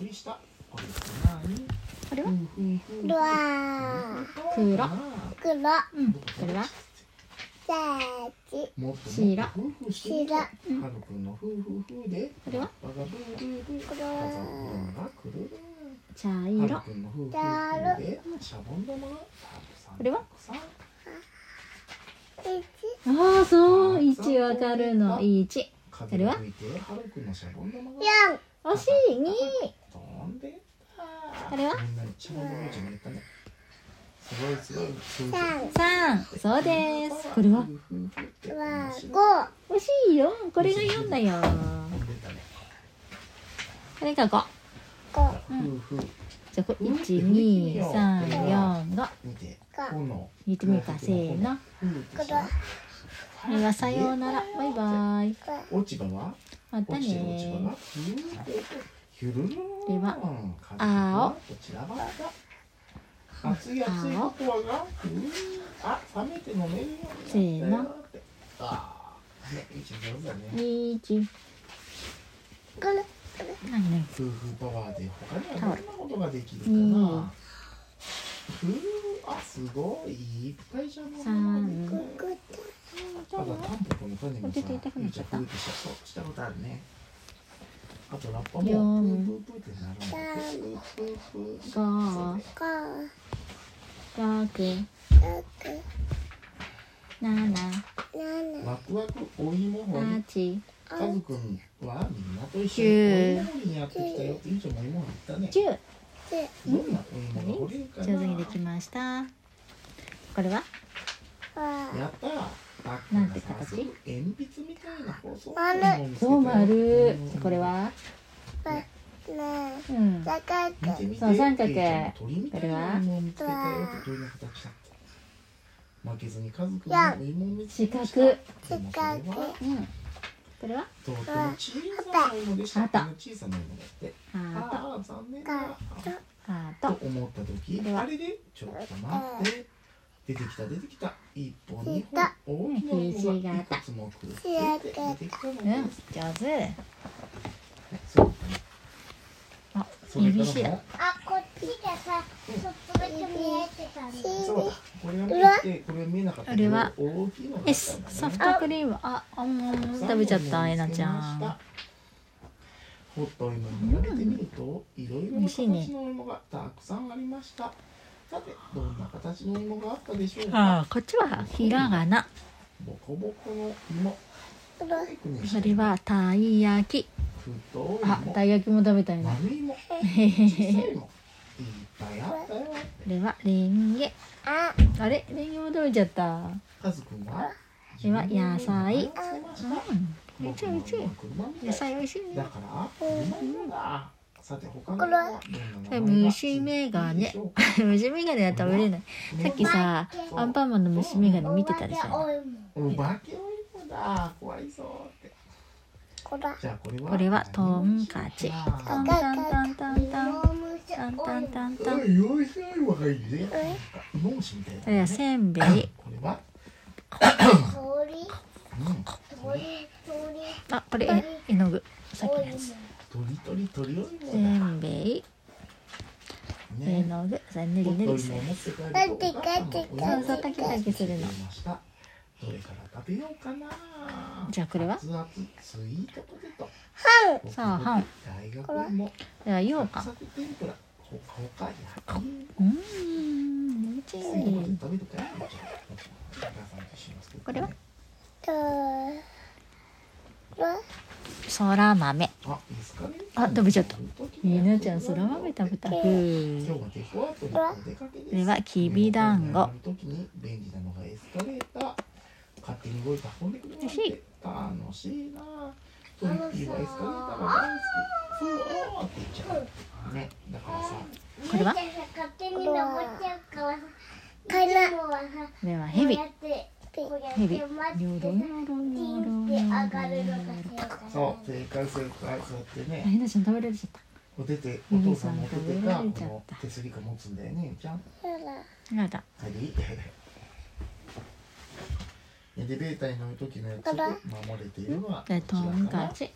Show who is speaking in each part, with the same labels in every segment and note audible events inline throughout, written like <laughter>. Speaker 1: りしたこれこれは
Speaker 2: 黒
Speaker 1: 黒
Speaker 3: 黒
Speaker 2: 黒
Speaker 3: うんこれは
Speaker 2: サーチ
Speaker 1: もっと
Speaker 3: シーラ
Speaker 1: もっと夫婦して
Speaker 2: シーラ
Speaker 1: うんハルくんの夫婦風で
Speaker 3: これは
Speaker 1: パパがブーブーブーパ
Speaker 2: 黒
Speaker 1: パがくる
Speaker 3: 茶
Speaker 1: る
Speaker 3: 色
Speaker 1: ハルくんの夫婦
Speaker 2: 茶
Speaker 1: 風でシャボン玉
Speaker 3: これは
Speaker 1: さん
Speaker 2: 一
Speaker 3: ああそう位置わかるの位置
Speaker 1: 風
Speaker 3: れ
Speaker 1: が
Speaker 3: は
Speaker 1: 吹いてハルくんのシャボン玉が
Speaker 2: 四
Speaker 3: 惜しい二位
Speaker 1: 飛んでった
Speaker 3: これは
Speaker 1: みんな一番上手にったねすごいすごい夫婦
Speaker 2: 三
Speaker 3: 三そうですこれは
Speaker 1: 夫婦風って面
Speaker 2: は
Speaker 1: 白い
Speaker 2: 五
Speaker 3: 惜しいよこれが四だよ
Speaker 1: 飛んでったね
Speaker 3: これが五
Speaker 2: 五
Speaker 1: 夫婦
Speaker 3: じゃあこれ一二三四五
Speaker 1: 見て
Speaker 2: か
Speaker 1: 炎
Speaker 3: 言ってみるかせーの
Speaker 1: こ
Speaker 3: これはさようならバイバイ
Speaker 2: 五
Speaker 1: 落ち葉は
Speaker 3: また
Speaker 1: 落ちて落ち葉
Speaker 3: ね
Speaker 1: がひゅるる
Speaker 3: では
Speaker 1: 風はこちらは熱い熱いココアがふーあ冷めて飲めるよ
Speaker 3: せーの
Speaker 1: あーねいい上手だね
Speaker 3: 二一
Speaker 2: 黒
Speaker 3: 何何
Speaker 1: 夫婦パワーで他にはどんなことができるか
Speaker 3: うん
Speaker 1: なふうあすごいいっぱいじゃん
Speaker 3: 三
Speaker 2: 黒
Speaker 1: ただタンポポの種もさ
Speaker 3: ちょっと痛くなっちゃった
Speaker 1: めちゃくちゃそうしたことあるねあとラッパもプ
Speaker 3: よー
Speaker 1: ープープーってなるんだけどプープープーそう
Speaker 3: 五
Speaker 1: ね
Speaker 2: 五
Speaker 3: 六
Speaker 2: 六
Speaker 3: 七
Speaker 2: 七
Speaker 1: ワクワクお芋掘り
Speaker 3: 八
Speaker 1: カズくんはみんなと一緒にお芋掘りにやってきたよっていつもお芋掘り行ったね
Speaker 3: 十
Speaker 2: 九
Speaker 1: どんなお芋が掘れるかな
Speaker 3: 上手にできましたこれは
Speaker 2: は
Speaker 1: やったパックンがさ
Speaker 3: なんて形
Speaker 1: すぐ鉛筆みたいな細い
Speaker 2: 丸
Speaker 1: ものを見つけたよ
Speaker 3: 五
Speaker 1: う
Speaker 3: 丸
Speaker 1: ん
Speaker 3: これは
Speaker 2: はね
Speaker 3: うん
Speaker 2: 三角
Speaker 1: 見て見て
Speaker 3: そう三角
Speaker 1: ケイちゃん鳥みたいな芋を見つけたよって鳥の形だった負けずに家族の芋を見つけま
Speaker 3: 四角
Speaker 1: したでもそれは
Speaker 3: うんこれは
Speaker 1: とっても小さな芋でした
Speaker 3: あった
Speaker 1: とても小さな芋だって
Speaker 3: ハ
Speaker 1: ああ残念だ
Speaker 3: ートハー
Speaker 1: と
Speaker 3: ト
Speaker 1: 思った時あれでちょっと待って出てきた出てきた一本二本大きな芋がいくつもくるって出てきた
Speaker 3: うん
Speaker 1: のです
Speaker 3: 上手
Speaker 1: そう
Speaker 3: あ
Speaker 1: それから
Speaker 3: 厳
Speaker 1: も
Speaker 3: しいよ
Speaker 4: あ、こっちがさ、ちょっとだけ見えてたんだ。
Speaker 1: そうだこれは見えてこれは見えなかったけど
Speaker 3: うわ
Speaker 1: 大きいのがあったんだね
Speaker 3: えソフトクリームああもう食べちゃったえなちゃん
Speaker 1: ホットお芋に並べてみると、いろいろな形の芋がたくさんありました。さて、どんな形の芋があったでしょうか。
Speaker 3: あーこっちはひらがな
Speaker 1: ボコボコの芋。
Speaker 2: 黒
Speaker 3: それはたい焼き
Speaker 1: 太い
Speaker 3: あ
Speaker 1: 芋。
Speaker 3: たい焼きも食べたいなこ
Speaker 1: 丸い芋。小さい芋。いっぱいあったよ。
Speaker 3: れはレンゲ
Speaker 2: あ
Speaker 3: あれレンゲも食べちゃった
Speaker 1: カズくんは。
Speaker 3: では野菜
Speaker 1: う
Speaker 3: うんうちうち野菜美味しい
Speaker 1: だ
Speaker 3: ね
Speaker 1: から、うん、だ。さて、他の
Speaker 2: これ
Speaker 1: はどんなのが
Speaker 3: 虫眼鏡
Speaker 1: いいでしょうか
Speaker 3: <laughs> 虫眼鏡は食べれないさっきさアンパンマンの虫眼鏡見てたでし
Speaker 4: お
Speaker 1: お
Speaker 3: ょ
Speaker 4: 化け多いもん。
Speaker 1: 化けお芋だ。怖いぞって。
Speaker 2: 黒
Speaker 1: じゃあこれは。
Speaker 3: これはトンカチタンタンタンタンタンタンタンタンタン
Speaker 1: おいよいしょいわがいいね。芋虫みたいな、ね。
Speaker 3: これはせんべい
Speaker 1: これは。
Speaker 4: 鳥、
Speaker 1: うん。
Speaker 4: 鳥、鳥、
Speaker 3: あこれ絵の具さっきのやつ
Speaker 1: 鳥鳥鳥よりも
Speaker 3: せんべい
Speaker 1: だ。
Speaker 3: 絵
Speaker 1: ね。
Speaker 3: の具さねりねりするそうそうタキタキするの
Speaker 1: どれから食べようかな。
Speaker 3: じゃあこれは
Speaker 1: 熱々スイートポテト。
Speaker 3: んさあ半
Speaker 1: 大学芋。
Speaker 3: ではようか
Speaker 1: サクサク天ぷら。ほかほか焼き芋。
Speaker 3: うーん美味しい
Speaker 1: 食べるかいじゃあお母さんと一緒に作ってね
Speaker 3: これは
Speaker 2: と黒
Speaker 3: そら豆
Speaker 1: あ、いいですかね。
Speaker 3: あ食べちゃったえなちゃんそら豆食べたふ
Speaker 1: 今
Speaker 3: ー
Speaker 1: 日はデコアートにお出かけです。
Speaker 3: これはきびだんご
Speaker 1: 乗る時に便利なのがエスカレーター。勝手に動いて運んでくれるなんて楽しいなあ。トリッキーはエスカレーターが大好き。ふおーって言っちゃう。ね、だからさ、
Speaker 3: これは
Speaker 4: 姉ちゃんさ勝手に登っちゃうからさ。
Speaker 2: かな
Speaker 4: でもはさ
Speaker 3: これは
Speaker 4: こ
Speaker 3: ヘ
Speaker 4: う
Speaker 3: ビ
Speaker 4: やって、こうやっ
Speaker 3: ヘビ
Speaker 4: て待
Speaker 3: ニョ
Speaker 4: って
Speaker 3: ロ
Speaker 4: さ、
Speaker 3: ニョロ
Speaker 4: ピ
Speaker 3: ニョロ
Speaker 4: ンって上がるのが正解だね。
Speaker 1: そう、正解正解、そうやって
Speaker 3: あ
Speaker 1: ね、
Speaker 3: えなちゃん食べられちゃった
Speaker 1: お手て、お父さんのお手手が、こ
Speaker 3: うん
Speaker 1: の手すりが持つんだよね、ゆうちゃん。
Speaker 2: 黒
Speaker 3: なんだ
Speaker 1: はいエレベーターに乗る時のやつで守れているのは
Speaker 3: でトンカチ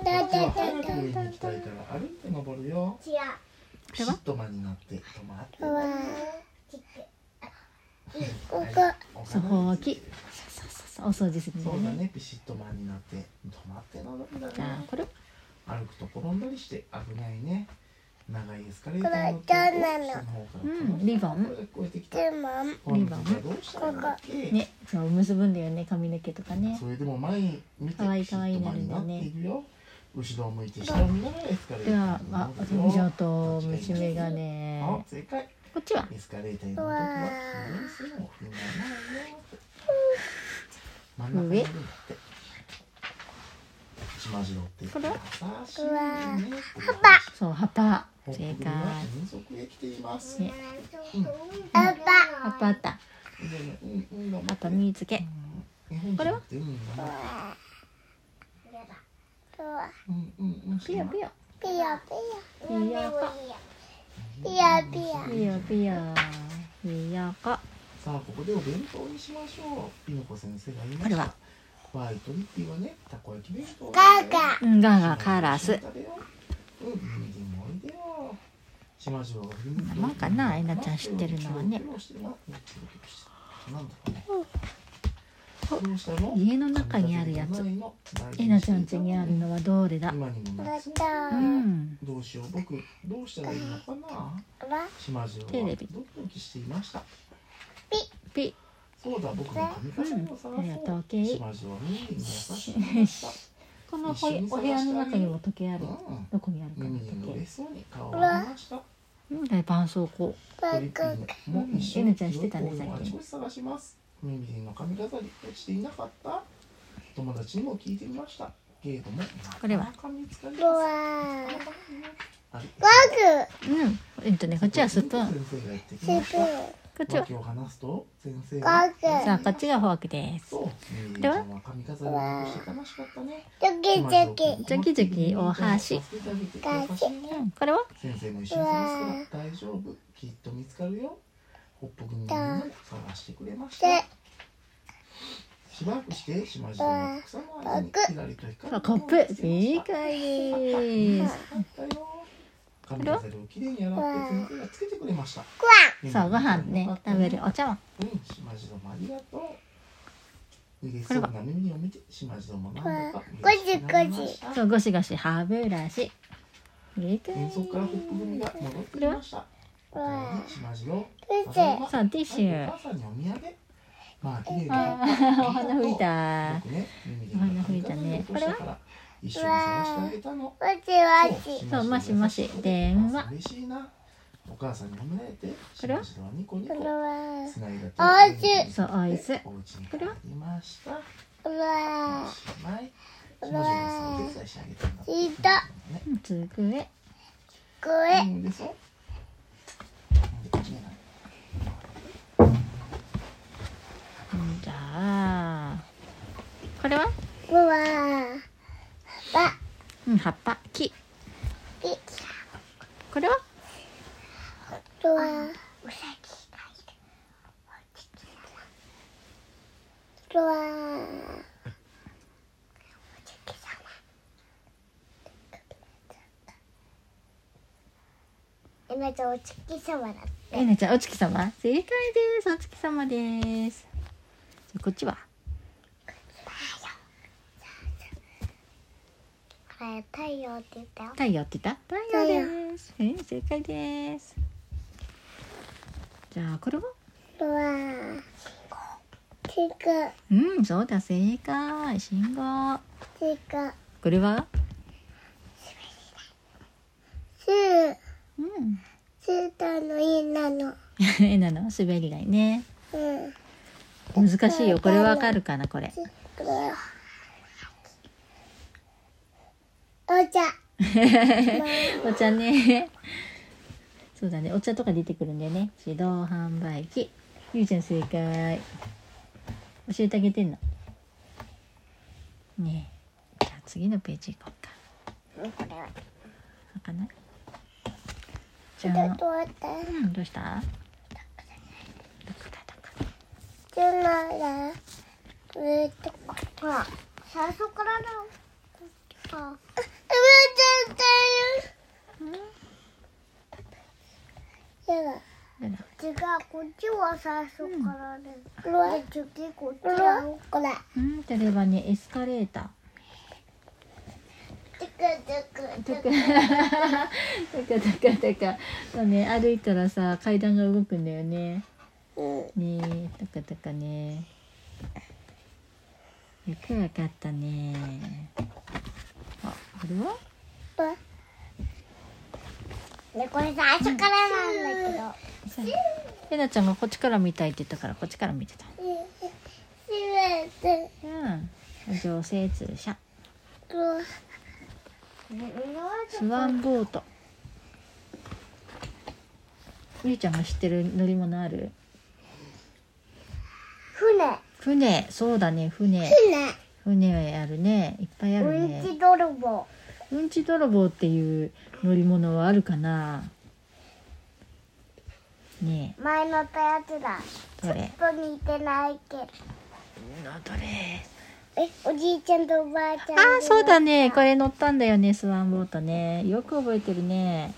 Speaker 1: こっちは
Speaker 2: だだ
Speaker 1: 早く上に行きたいから歩いて登るよ
Speaker 4: 違う。
Speaker 1: ピシッと間になって止まって
Speaker 2: うわ
Speaker 4: ちっちゃい
Speaker 2: ここ
Speaker 3: そほうきそうそうそうお掃除するんだ
Speaker 1: そうだ
Speaker 3: ね
Speaker 1: ねピシッと間になって止まって登るんだ
Speaker 3: じゃあ
Speaker 1: ね
Speaker 3: これ
Speaker 1: 歩くと転んだりして危ないね長いエスカレーター乗って
Speaker 2: これどうなの
Speaker 1: その方から
Speaker 3: うんリボン
Speaker 1: これが聞こえてきた
Speaker 2: でも
Speaker 1: 今度はどうしたらいいんだっけ
Speaker 3: ねそう結ぶんだよね髪の毛とかね
Speaker 1: それでも前に見て
Speaker 3: かわいい
Speaker 1: ピシッと前になっているよ後ろを向いて下を見ながらエスカレータ
Speaker 3: では
Speaker 1: ーに
Speaker 3: あ
Speaker 1: 乗るよ
Speaker 3: 私女と虫眼鏡
Speaker 1: あ正解
Speaker 3: こっちは
Speaker 1: エスカレーターに乗るときは上に線を踏まないよ真ん中に乗るんだってしまじろうって
Speaker 3: これ
Speaker 1: 優しい
Speaker 2: わ
Speaker 1: ね
Speaker 3: そう葉っぱ
Speaker 1: 北
Speaker 3: 正
Speaker 1: 陸に
Speaker 3: 解
Speaker 1: は民族へ来ています
Speaker 3: ね
Speaker 4: あ
Speaker 3: 葉っぱあった
Speaker 1: でねうんうんが待
Speaker 3: 葉
Speaker 1: っ
Speaker 3: ってぱ見つけ
Speaker 1: 日本人
Speaker 3: これは
Speaker 1: ってうんが待って
Speaker 2: うわ
Speaker 1: うんうんうん
Speaker 3: ピヨピヨ
Speaker 2: ピヨ
Speaker 3: ピヨコ
Speaker 2: ピヨピヨ
Speaker 3: ピヨピヨピヨコ
Speaker 1: さあここでお弁当にしましょうピノコ先生が言いま
Speaker 3: これ
Speaker 1: し
Speaker 3: は
Speaker 1: たバイトリッピーはねたこ焼き弁当
Speaker 2: ガーガー
Speaker 3: うんガーガーカラス
Speaker 1: 食べよううん海でもおいでよ島城が
Speaker 3: まかなアイナちゃん知ってるのはね
Speaker 1: なんだかねどうしたの
Speaker 3: 家の中にあるやつえなちゃん家にあるのはどれだ
Speaker 1: 今にも
Speaker 2: だ
Speaker 1: な
Speaker 2: っ
Speaker 1: く
Speaker 2: た
Speaker 3: うん
Speaker 1: どうしよう僕どうしたらいいのかな
Speaker 2: わ
Speaker 1: 島城は
Speaker 3: テレビ
Speaker 1: ドキドキしていました
Speaker 3: ピ
Speaker 1: そうだ僕の髪飾りを探そう、
Speaker 3: うんありがとうケイ
Speaker 1: 島城は耳に優しくなった
Speaker 3: このほお部屋の中にも時計ある
Speaker 1: うん
Speaker 3: どこにあるか
Speaker 1: 耳
Speaker 3: な
Speaker 1: に
Speaker 3: 時
Speaker 1: 嬉しそうに顔を見ました
Speaker 3: 計うんで絆創膏
Speaker 2: バ
Speaker 1: トリッピ
Speaker 2: カ
Speaker 1: ーのも一緒
Speaker 3: うん
Speaker 1: に
Speaker 3: N ちゃんしてたね
Speaker 1: 良い子を
Speaker 3: さっ
Speaker 1: あ
Speaker 3: き
Speaker 1: ちこち探しますミミリンの髪飾り落ちていなかった友達にも聞いてみましたけれども
Speaker 3: これは
Speaker 1: なかなか見つかりま
Speaker 2: う
Speaker 1: せん
Speaker 2: わ
Speaker 1: あれ
Speaker 2: バグ
Speaker 3: うんえっとねこっちはスプーンこ
Speaker 1: 先生が言ってき
Speaker 2: ス
Speaker 1: まし
Speaker 2: プ
Speaker 1: た
Speaker 3: っち
Speaker 2: ーン
Speaker 3: は
Speaker 1: 訳を話すと先生
Speaker 2: バ
Speaker 1: が
Speaker 2: グ溶
Speaker 3: さあこっちがフォークです
Speaker 1: そうミミリンちゃんは髪飾りをなくして悲しかったね
Speaker 2: け溶け
Speaker 3: ジョキジョキお箸
Speaker 1: 助けてあげて優しいね
Speaker 3: うんこれは
Speaker 1: 先生も一緒に探すから大丈夫きっと見つかるよほっぽくみんな探してくれました
Speaker 2: で
Speaker 1: しばらくして島地の草の間にひらりと光
Speaker 3: あ
Speaker 1: る
Speaker 3: コップ正解です
Speaker 1: 髪飾りをきれいに洗って先生がつけてくれました
Speaker 3: そうご飯ね食べるお茶碗
Speaker 1: うん島地のもありがとう嬉しそうな耳を見て島地のもなんだか嬉しくなりました
Speaker 3: そうゴシゴシ歯ブラシ正解
Speaker 1: 遠足からホップ組が戻ってきましたお互いに島地を
Speaker 2: うぜ
Speaker 3: さあティッシ
Speaker 1: お
Speaker 3: ュ
Speaker 1: 母さんにお土産まあ綺麗に
Speaker 3: あーお花吹いた
Speaker 1: 僕ね耳
Speaker 3: お花吹いたね
Speaker 1: これは一緒に探してあげたの
Speaker 2: わちわち
Speaker 3: そうもしもし電話
Speaker 1: 嬉しいなお母さんに褒められて
Speaker 3: これは
Speaker 1: 島次郎ニコニ
Speaker 2: う
Speaker 1: コ
Speaker 2: わ
Speaker 1: つないだ
Speaker 2: アイス
Speaker 3: そうアイス
Speaker 1: お家に帰りました
Speaker 2: うわ
Speaker 1: おしまい島次郎さんお手伝いしてあげたんだ
Speaker 2: いた
Speaker 1: ね
Speaker 3: うん机
Speaker 2: こ
Speaker 1: う
Speaker 2: れ
Speaker 1: んでそうなんでこっちにない
Speaker 3: うんじゃあこれは
Speaker 2: うわば
Speaker 3: うん葉っぱ木
Speaker 2: き
Speaker 3: これは
Speaker 2: うわうわ
Speaker 4: えなちゃんお月様だって
Speaker 3: えなちゃんお月様正解ですお月様ですじゃあこっちは
Speaker 4: これ太陽って言ったよ
Speaker 3: 太陽って言った太陽ですえー正解ですじゃあこれは
Speaker 2: うわちく
Speaker 3: うんそうだ正解信号
Speaker 2: ちく
Speaker 3: これは
Speaker 2: シュー
Speaker 3: うん
Speaker 2: シュータの家なの
Speaker 3: <laughs> えなの滑り台ね
Speaker 2: うん
Speaker 3: 難しいよこれわかるかなこれ
Speaker 2: ちくお茶
Speaker 3: お茶ね <laughs> そうだねお茶とか出てくるんだよね自動販売機ゆうちゃん正解教えてあげてんのねえじゃあ次のページ行こうか
Speaker 4: これは
Speaker 3: わかんないじ
Speaker 2: ちょ
Speaker 3: ゃあ
Speaker 2: っと待って
Speaker 3: うん、どうした
Speaker 2: ちゅならうーっと
Speaker 4: ほら最初からだよあ
Speaker 2: か。
Speaker 3: あら
Speaker 2: 違う、こっちは最初からで。
Speaker 5: うわ
Speaker 2: で、次こっちは。
Speaker 5: これ。
Speaker 3: うんこれはねエスカレータ
Speaker 2: てくて
Speaker 3: <laughs>
Speaker 2: くてく。
Speaker 3: ーとかとかとかそうね歩いたらさ階段が動くんだよね
Speaker 5: うん。
Speaker 3: ねえとかとかねよくわかったねあこれは
Speaker 2: で、これ最初からなんだけ
Speaker 3: えなちゃんがこっちから見たいって言ったからこっちから見てた
Speaker 5: て。
Speaker 3: うん女性通車
Speaker 2: ど。
Speaker 3: スワンボートゆうちゃんが知ってる乗り物ある
Speaker 2: 船。
Speaker 3: 船そうだね船
Speaker 5: 船。
Speaker 3: 船あるねいっぱいある
Speaker 2: うん
Speaker 3: ね
Speaker 2: ち泥棒。
Speaker 3: うんち泥棒っていう乗り物はあるかなね
Speaker 2: 前乗ったやつだ。
Speaker 3: えどれ
Speaker 2: と似てないけど。
Speaker 3: のどれ
Speaker 2: え、おじいちゃんとおばあちゃん。
Speaker 3: あーそうだねこれ乗ったんだよねスワンボートねよく覚えてるね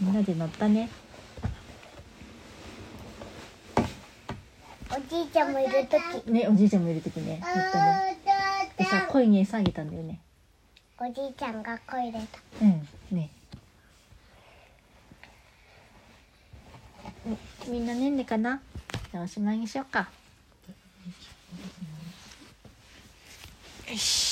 Speaker 3: みんなで乗ったね
Speaker 2: おじいちゃんもいるとき。
Speaker 3: ねおじいちゃんもいる時ね乗ったねでさ恋に餌あげたんだよね
Speaker 2: おじいちゃんがこいでた。
Speaker 3: うんねうんみんなねんねかなじゃあおしまいにしようかよし